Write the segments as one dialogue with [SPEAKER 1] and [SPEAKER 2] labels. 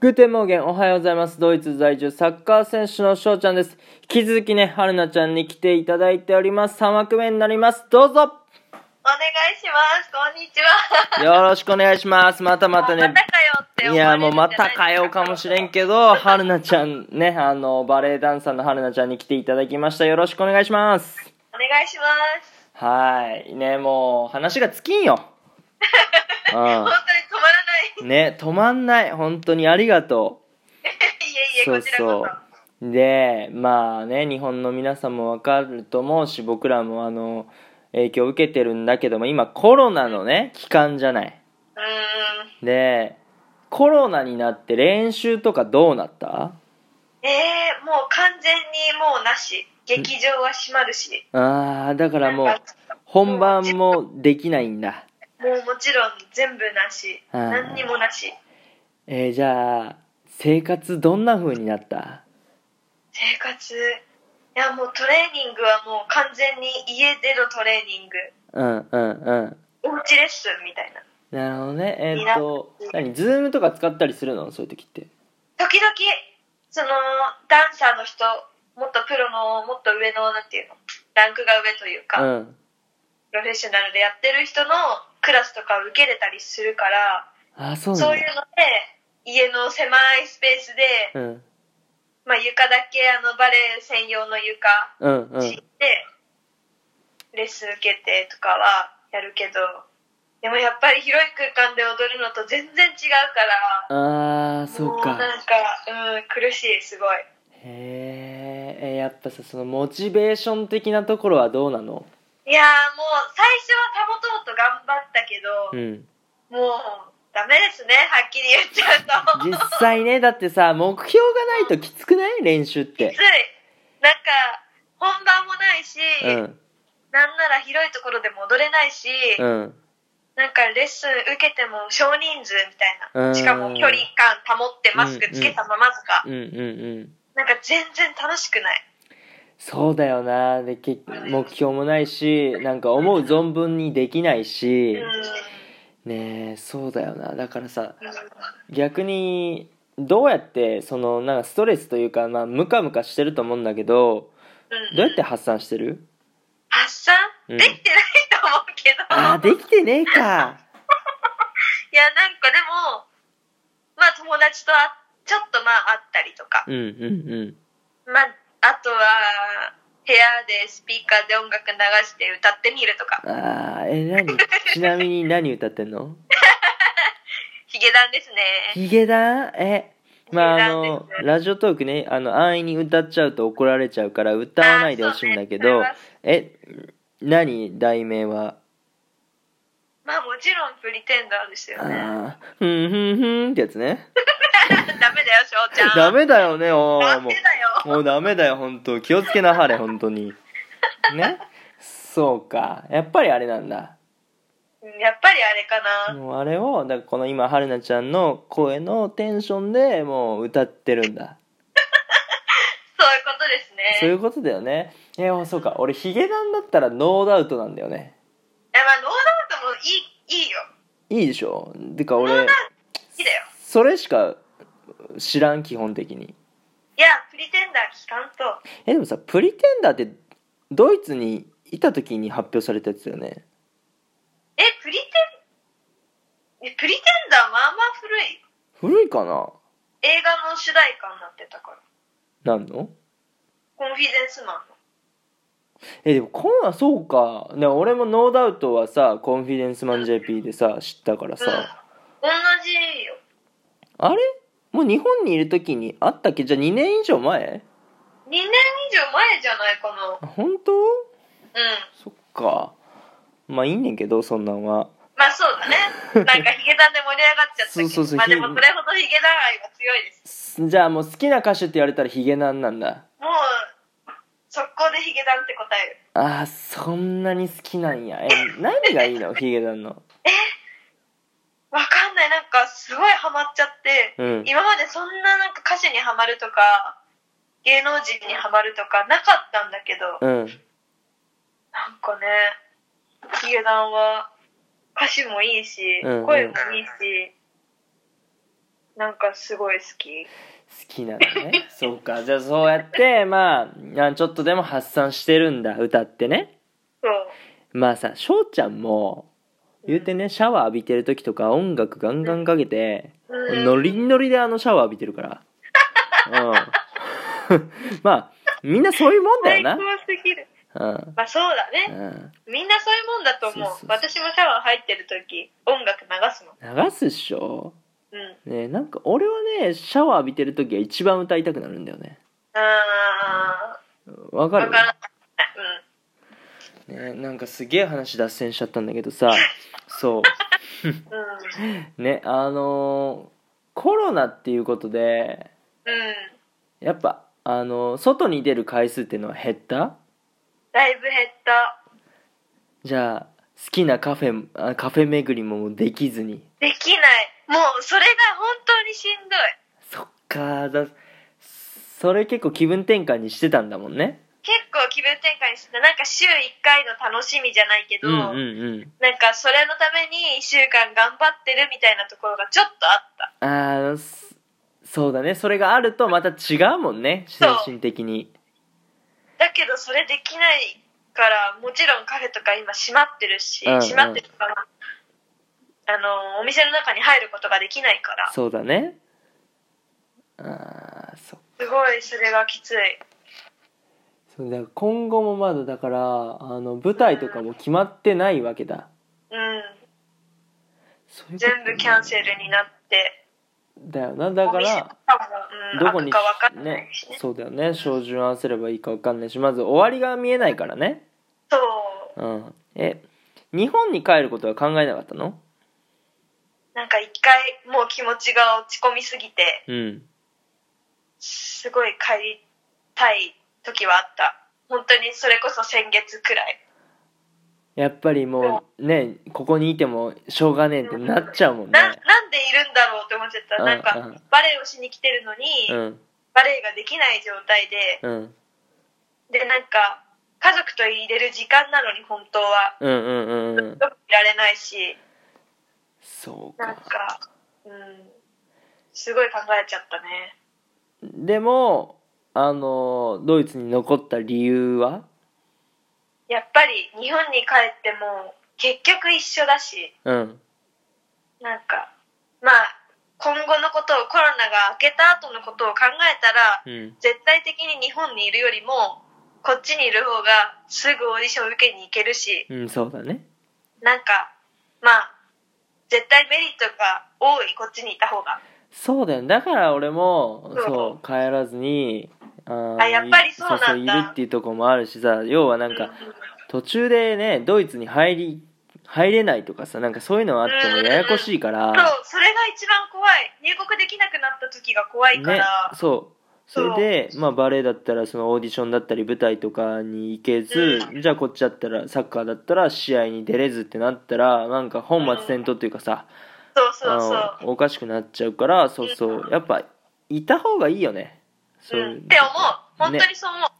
[SPEAKER 1] グーテンモーゲンおはようございます。ドイツ在住サッカー選手の翔ちゃんです。引き続きね、春菜ちゃんに来ていただいております。3枠目になります。どうぞ
[SPEAKER 2] お願いします。こんにちは。
[SPEAKER 1] よろしくお願いします。またまたね
[SPEAKER 2] ま。たかよって
[SPEAKER 1] いや、もうまたかようかもしれんけど、
[SPEAKER 2] は
[SPEAKER 1] 春菜ちゃんね、あの、バレエダンサーの春菜ちゃんに来ていただきました。よろしくお願いします。
[SPEAKER 2] お願いします。
[SPEAKER 1] はい。ね、もう、話が尽き んよ。
[SPEAKER 2] 本当に
[SPEAKER 1] う
[SPEAKER 2] 止まらない。
[SPEAKER 1] ん。ね、止まんない。本当にありがとう。
[SPEAKER 2] いえいえ、こちらこそ。
[SPEAKER 1] うでまあね日本の皆さんもわかると思うし僕らもあの影響を受けてるんだけども今コロナのね期間じゃないう
[SPEAKER 2] ーん。
[SPEAKER 1] でコロナになって練習とかどうなった
[SPEAKER 2] えー、もう完全にもうなし。劇場は閉まるし。
[SPEAKER 1] あーだからもう
[SPEAKER 2] う。
[SPEAKER 1] 本番もできないんだ
[SPEAKER 2] もうもちろん全部なし。
[SPEAKER 1] うん
[SPEAKER 2] 何にもなし。
[SPEAKER 1] えーじゃあ生活どんな風になった
[SPEAKER 2] 生活。いや、もうトレーニングはもう完全に家でのトレーニング。
[SPEAKER 1] うんうんうん
[SPEAKER 2] おうちレッスンみたいな。
[SPEAKER 1] なるほどねえーっと何ズームとか使ったりするのそういう時って
[SPEAKER 2] 時々、その、ダンサーの人、もっとプロの、もっと上の、なんていうの、ランクが上というか、
[SPEAKER 1] うん
[SPEAKER 2] プロフェッショナルでやってる人のクラスとか受けれたりするから、
[SPEAKER 1] あーそうなんだ
[SPEAKER 2] そういうので、家の狭いスペースで、
[SPEAKER 1] うん
[SPEAKER 2] まあ床だけ、あの、バレエ専用の床
[SPEAKER 1] うんうん
[SPEAKER 2] 敷いて、レッスン受けてとかはやるけど、でもやっぱり広い空間で踊るのと全然違うから、
[SPEAKER 1] ああそう
[SPEAKER 2] もうな
[SPEAKER 1] か
[SPEAKER 2] んか、うん、苦しい、すごい。
[SPEAKER 1] へーえやっぱさそのモチベーション的なところはどうなの
[SPEAKER 2] いやーもう最初は保とうと頑張ったけど、
[SPEAKER 1] うん
[SPEAKER 2] もうダメですねはっきり言っちゃうと
[SPEAKER 1] 実際ねだってさ目標がないときつくない練習っ
[SPEAKER 2] きつ
[SPEAKER 1] て
[SPEAKER 2] いなんか本番もないし、
[SPEAKER 1] うん
[SPEAKER 2] なんなら広いところでも踊れないし、
[SPEAKER 1] うん
[SPEAKER 2] なんかレッスン受けても少人数みたいな、
[SPEAKER 1] うん
[SPEAKER 2] しかも距離感保ってマスクつけたままとか、
[SPEAKER 1] うんうんうん
[SPEAKER 2] なんか全然楽しくない
[SPEAKER 1] そうだよなで結目標もないしなんか思う存分にできないし
[SPEAKER 2] うん、
[SPEAKER 1] ねえそうだよなだからさ
[SPEAKER 2] うん
[SPEAKER 1] 逆にどうやってそのなんかストレスというかまあムカムカしてると思うんだけどどうやって発散してる
[SPEAKER 2] 発散、
[SPEAKER 1] うん
[SPEAKER 2] できてないと思うけど
[SPEAKER 1] あーできてねえか
[SPEAKER 2] いや、なんかでも、まあ友達とあちょっとまあ会ったりとか、
[SPEAKER 1] うんうんうん
[SPEAKER 2] まあ、あとは、部屋でスピーカーで音楽流して歌ってみるとか、
[SPEAKER 1] あーえ何ちなみに何歌ってんの
[SPEAKER 2] ヒゲダンですね。
[SPEAKER 1] ヒゲダンえまああ
[SPEAKER 2] ヒゲダ
[SPEAKER 1] の
[SPEAKER 2] ンです
[SPEAKER 1] ラジオトークねあの安易に歌っちゃうと怒られちゃうから歌わないでほしいんだけど、
[SPEAKER 2] あーそうね
[SPEAKER 1] え何題名は
[SPEAKER 2] まあもちろんプリテンダーですよね。
[SPEAKER 1] あーふんふんふんってやつね
[SPEAKER 2] ダメだよ、翔ちゃん。
[SPEAKER 1] ダメだよねおー
[SPEAKER 2] ダ
[SPEAKER 1] も
[SPEAKER 2] メだ
[SPEAKER 1] う
[SPEAKER 2] よ。
[SPEAKER 1] もうダメだよ本当気をつけなはれ本当にねそうかやっぱりあれなんだ
[SPEAKER 2] うんやっぱりあれかな。
[SPEAKER 1] もうあれをだからこの今春菜ちゃんの声のテンションでもう歌ってるんだ
[SPEAKER 2] そういうことです
[SPEAKER 1] そうい
[SPEAKER 2] ね。
[SPEAKER 1] うことだよねえー、そうか俺ヒゲダンだったらノーダウトなんだよね
[SPEAKER 2] えまあノーダウトもいい、いいよ。
[SPEAKER 1] いいでしょてか
[SPEAKER 2] ノーダウ
[SPEAKER 1] 俺
[SPEAKER 2] ト好きだよ。
[SPEAKER 1] それしか知らん基本的に
[SPEAKER 2] いや、プリテンダー聞かんと。
[SPEAKER 1] えでもさプリテンダーってドイツにいた時に発表されたやつだよね
[SPEAKER 2] え、プリテン、えプリテンダーまあまあ古い。
[SPEAKER 1] 古いかな
[SPEAKER 2] 映画の主題歌になってたから。
[SPEAKER 1] なんの
[SPEAKER 2] コンフィデンスマンの。
[SPEAKER 1] えでもこんなそうかでも俺もノーダウトはさコンフィデンスマン JP でさ知ったからさ、
[SPEAKER 2] うん。同じよ。
[SPEAKER 1] あれもう日本にいる時にあったっけじゃあ2年以上前
[SPEAKER 2] 2年以上前じゃないかな。うん。
[SPEAKER 1] あ本当そっかまあいいねんけどそんなんは
[SPEAKER 2] まあそう だね。なんかヒゲダンで盛り上がっちゃったけ
[SPEAKER 1] そ
[SPEAKER 2] ど。
[SPEAKER 1] うそうそう
[SPEAKER 2] まあでもそれほどヒゲダン愛は強いです。
[SPEAKER 1] すじゃあもう好きな歌手って言われたらヒゲダンなんだ
[SPEAKER 2] もう、速攻でヒゲダンって答える。
[SPEAKER 1] あーそんなに好きなんやえ何がいいのヒゲダンの
[SPEAKER 2] わかんない。なんかすごいハマっちゃって、
[SPEAKER 1] うん
[SPEAKER 2] 今までそんななんか歌手にハマるとか、芸能人にハマるとかなかったんだけど、
[SPEAKER 1] うん
[SPEAKER 2] なんかね、ヒゲダンは歌詞もいいし、
[SPEAKER 1] うんうん
[SPEAKER 2] 声もいいし、なんかすごい好き
[SPEAKER 1] きなのねそうかじゃあそうやってまああちょっとでも発散してるんだ歌ってね
[SPEAKER 2] そう
[SPEAKER 1] まあさ翔ちゃんも言うてねシャワー浴びてる時とか音楽ガンガンかけて
[SPEAKER 2] うん
[SPEAKER 1] ノリンノリであのシャワー浴びてるからうん まあみんなそういうもんだよ
[SPEAKER 2] 最高
[SPEAKER 1] な
[SPEAKER 2] すぎる
[SPEAKER 1] うん
[SPEAKER 2] まあそうだ
[SPEAKER 1] う
[SPEAKER 2] ね
[SPEAKER 1] ん
[SPEAKER 2] みんなそういうもんだと思う
[SPEAKER 1] そうそうそう
[SPEAKER 2] 私もシャワー入ってる時音楽流すの
[SPEAKER 1] 流すっしょ
[SPEAKER 2] うん
[SPEAKER 1] ねなんか俺はねシャワー浴びてる時が一番歌いたくなるんだよね
[SPEAKER 2] あ
[SPEAKER 1] わ
[SPEAKER 2] ー
[SPEAKER 1] か
[SPEAKER 2] わ
[SPEAKER 1] る
[SPEAKER 2] からない
[SPEAKER 1] ねなんかすげえ話脱線しちゃったんだけどさそう
[SPEAKER 2] うんうん
[SPEAKER 1] ねあのーコロナっていうことで
[SPEAKER 2] うん
[SPEAKER 1] やっぱあのー外に出る回数っていうのは減った
[SPEAKER 2] だいぶ減った
[SPEAKER 1] じゃあ好きなカフェあカフェ巡りももうできずに
[SPEAKER 2] できないもうそれが本当にしんどい
[SPEAKER 1] そっかだそれ結構気分転換にしてたんだもんね
[SPEAKER 2] 結構気分転換にしてたなんか週1回の楽しみじゃないけど、
[SPEAKER 1] うんうんうん
[SPEAKER 2] なんかそれのために1週間頑張ってるみたいなところがちょっとあった
[SPEAKER 1] ああそうだねそれがあるとまた違うもんね精
[SPEAKER 2] そう
[SPEAKER 1] 神的に
[SPEAKER 2] だけどそれできないからもちろんカフェとか今閉まってるし、
[SPEAKER 1] うんうん
[SPEAKER 2] 閉まってるからあのお店の中に入ることができないから
[SPEAKER 1] そうだねああそっ
[SPEAKER 2] すごいそれがきつい
[SPEAKER 1] そうだから今後もまだだからあの舞台とかも決まってないわけだ
[SPEAKER 2] うん
[SPEAKER 1] そういうこと
[SPEAKER 2] 全部キャンセルになって
[SPEAKER 1] だよなだか
[SPEAKER 2] お店と
[SPEAKER 1] ら
[SPEAKER 2] かも、うん、
[SPEAKER 1] どこに
[SPEAKER 2] 開くか分かんない
[SPEAKER 1] ね
[SPEAKER 2] しね
[SPEAKER 1] そうだよね照準合わせればいいか分かんないしまず終わりが見えないからね
[SPEAKER 2] そう
[SPEAKER 1] うんえ日本に帰ることは考えなかったの
[SPEAKER 2] なんか一回もう気持ちが落ち込みすぎて
[SPEAKER 1] うん
[SPEAKER 2] すごい帰りたい時はあった本当にそれこそ先月くらい
[SPEAKER 1] やっぱりもうねここにいてもしょうがねえってなっちゃうもんね
[SPEAKER 2] ななんでいるんだろうって思っちゃった、
[SPEAKER 1] うん
[SPEAKER 2] なんか、
[SPEAKER 1] うん
[SPEAKER 2] バレエをしに来てるのに、
[SPEAKER 1] うん
[SPEAKER 2] バレエができない状態で
[SPEAKER 1] うん
[SPEAKER 2] でなんか家族と入れる時間なのに本当は
[SPEAKER 1] うんうんうんうん
[SPEAKER 2] よくいられないし
[SPEAKER 1] そう
[SPEAKER 2] なん
[SPEAKER 1] か
[SPEAKER 2] かうんすごい考えちゃったね
[SPEAKER 1] でもあのドイツに残った理由は
[SPEAKER 2] やっぱり日本に帰っても結局一緒だし
[SPEAKER 1] うん
[SPEAKER 2] なんかまあ今後のことをコロナが明けた後のことを考えたら
[SPEAKER 1] うん
[SPEAKER 2] 絶対的に日本にいるよりもこっちにいる方がすぐオーディション受けに行けるし
[SPEAKER 1] うんそうだね
[SPEAKER 2] なんかまあ絶対メリットが多いこっちにいた方が
[SPEAKER 1] そうだよねだから俺も
[SPEAKER 2] そう
[SPEAKER 1] そう帰らずにあ
[SPEAKER 2] あやっぱりそうなんだ
[SPEAKER 1] そういるっていうところもあるしさ要はなん
[SPEAKER 2] う
[SPEAKER 1] か
[SPEAKER 2] ん
[SPEAKER 1] 途中でねドイツに入り入れないとかさなんかそういうのあってもややこしいか
[SPEAKER 2] そ
[SPEAKER 1] ら
[SPEAKER 2] うそれが一番怖い入国できなくなった時が怖いか
[SPEAKER 1] ね
[SPEAKER 2] ら、
[SPEAKER 1] そうそ
[SPEAKER 2] そう
[SPEAKER 1] れで、まあ、バレエだったらそのオーディションだったり舞台とかに行けず、
[SPEAKER 2] う
[SPEAKER 1] じゃあこっちだったらサッカーだったら試合に出れずってなったらなんか本末転倒っていうかさ、
[SPEAKER 2] そうそうそう
[SPEAKER 1] あのおかしくなっちゃうからそうそうやっぱいた方がいいよねそうう、
[SPEAKER 2] ん、って思う本当
[SPEAKER 1] ね
[SPEAKER 2] にそう思う、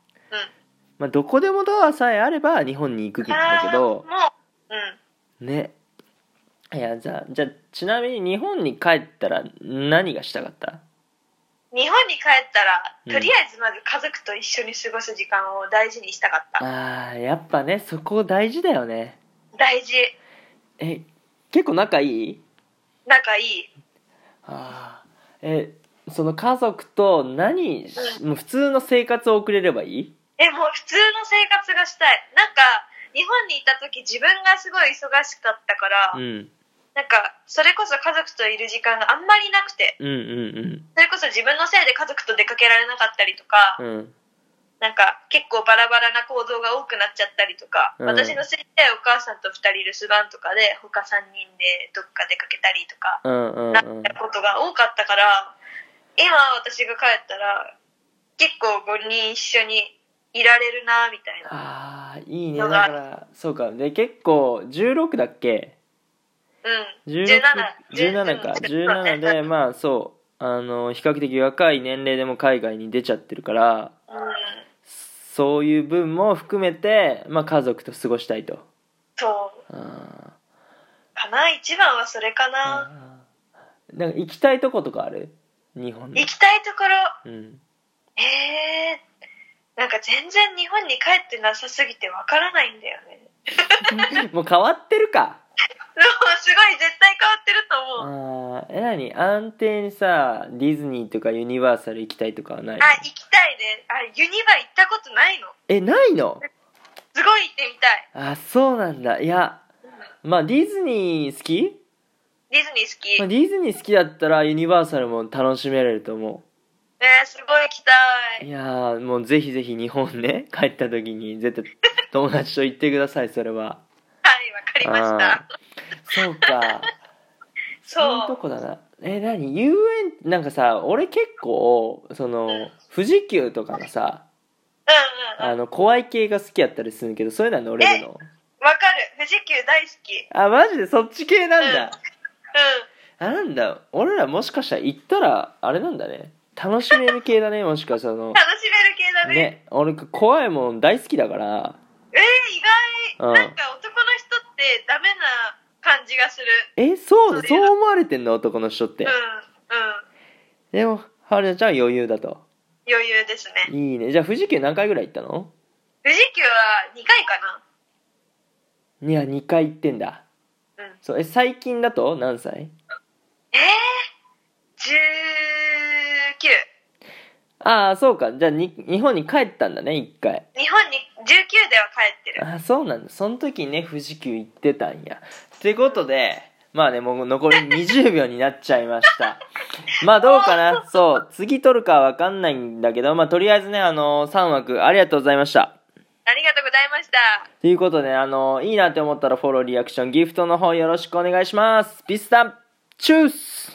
[SPEAKER 1] まあ、どこでもドアさえあれば日本に行くんだ
[SPEAKER 2] あ
[SPEAKER 1] け
[SPEAKER 2] ーも
[SPEAKER 1] ど
[SPEAKER 2] ううん
[SPEAKER 1] ねいやじゃあじゃあちなみに日本に帰ったら何がしたかった
[SPEAKER 2] 日本に帰ったら
[SPEAKER 1] うん
[SPEAKER 2] とりあえずまず家族と一緒に過ごす時間を大事にしたかった、
[SPEAKER 1] あーやっぱねそこ大事だよね
[SPEAKER 2] 大事
[SPEAKER 1] え結構仲いい
[SPEAKER 2] 仲いい
[SPEAKER 1] あーえその家族と何しもう普通の生活を送れればいい
[SPEAKER 2] えもう普通の生活がしたいなんか日本にいた時自分がすごい忙しかったから、
[SPEAKER 1] うん
[SPEAKER 2] なんかそれこそ家族といる時間があんまりなくて
[SPEAKER 1] うんうん
[SPEAKER 2] それこそ自分のせいで家族と出かけられなかったりとか、
[SPEAKER 1] うんうん
[SPEAKER 2] なんか結構バラバラな行動が多くなっちゃったりとか、
[SPEAKER 1] うん
[SPEAKER 2] 私のせいでお母さんと2人留守番とかで他3人でどっか出かけたりとか
[SPEAKER 1] うんうん
[SPEAKER 2] なっ
[SPEAKER 1] うん
[SPEAKER 2] たことが多かったから今私が帰ったら結構5人一緒にいられるなみたいな
[SPEAKER 1] ああいいねだ
[SPEAKER 2] の
[SPEAKER 1] か
[SPEAKER 2] が
[SPEAKER 1] らそうかで結構16だっけ
[SPEAKER 2] うん
[SPEAKER 1] 16 17か17でまあそうあの比較的若い年齢でも海外に出ちゃってるから
[SPEAKER 2] うん
[SPEAKER 1] そういう分も含めて、まあ、家族と過ごしたいと
[SPEAKER 2] そう
[SPEAKER 1] あ
[SPEAKER 2] かな一番はそれか
[SPEAKER 1] ー
[SPEAKER 2] な、
[SPEAKER 1] あーなんか行きたいとことかある日本の
[SPEAKER 2] 行きたいところ
[SPEAKER 1] うん
[SPEAKER 2] えー、なんか全然日本に帰ってなさすぎてわからないんだよね
[SPEAKER 1] もう変わってるか
[SPEAKER 2] でもすごい絶対変わってると思う、
[SPEAKER 1] あーえ何安定にさディズニーとかユニバーサル行きたいとかはない
[SPEAKER 2] あ行きたいねあユニバ行ったことないの
[SPEAKER 1] えないの
[SPEAKER 2] すごい行ってみたい
[SPEAKER 1] あそうなんだいやまあディズニー好き、
[SPEAKER 2] ディズニー
[SPEAKER 1] まあ、
[SPEAKER 2] 好き
[SPEAKER 1] ディズニー好きだったらユニバーサルも楽しめれると思
[SPEAKER 2] ねすごい行きた
[SPEAKER 1] うい
[SPEAKER 2] い
[SPEAKER 1] やーもうぜひぜひ日本ね 帰った時に絶対友達と行ってくださいそれは
[SPEAKER 2] はいわかりました
[SPEAKER 1] あーそうかそういう
[SPEAKER 2] そ
[SPEAKER 1] と
[SPEAKER 2] う
[SPEAKER 1] こだなえ何遊園なんかさ俺結構その
[SPEAKER 2] うん
[SPEAKER 1] 富士急とかのさ
[SPEAKER 2] うんうん
[SPEAKER 1] あ
[SPEAKER 2] うん
[SPEAKER 1] の怖い系が好きやったりするけどそういうのは乗れるの
[SPEAKER 2] わかる富士急大好き
[SPEAKER 1] あマジでそっち系なんだ、
[SPEAKER 2] うん
[SPEAKER 1] あなんだ俺らもしかしたら行ったらあれなんだね楽しめる系だねもしかしたらそ の
[SPEAKER 2] 楽しめる系だね
[SPEAKER 1] ね俺怖いもん大好きだから
[SPEAKER 2] えー、意
[SPEAKER 1] う
[SPEAKER 2] 外、
[SPEAKER 1] ん
[SPEAKER 2] なんか男の人ってダメな感じがする
[SPEAKER 1] えそう
[SPEAKER 2] そう
[SPEAKER 1] そう思われてんの男の人っ
[SPEAKER 2] う
[SPEAKER 1] て
[SPEAKER 2] んうん
[SPEAKER 1] でも春菜ちゃんは余裕だと
[SPEAKER 2] 余裕ですね
[SPEAKER 1] いいねじゃあ富士急何回ぐらい行ったの
[SPEAKER 2] 富士急は2回かない
[SPEAKER 1] や2回行ってんだ
[SPEAKER 2] うん
[SPEAKER 1] そうえ最近だと何歳
[SPEAKER 2] えー、19
[SPEAKER 1] ああそうかじゃあに日本に帰ったんだね1回
[SPEAKER 2] 日本に19では帰ってる
[SPEAKER 1] あそうなんだその時にね富士急行ってたんやってことでまあねもう残り20秒になっちゃいま したまあどうかなそう次取るかわかんないんだけどまあとりあえずねあの3枠ありがとうございました
[SPEAKER 2] ありがとうございました
[SPEAKER 1] ということであのいいなって思ったらフォローリアクションギフトの方よろしくお願いしますピスタンチュース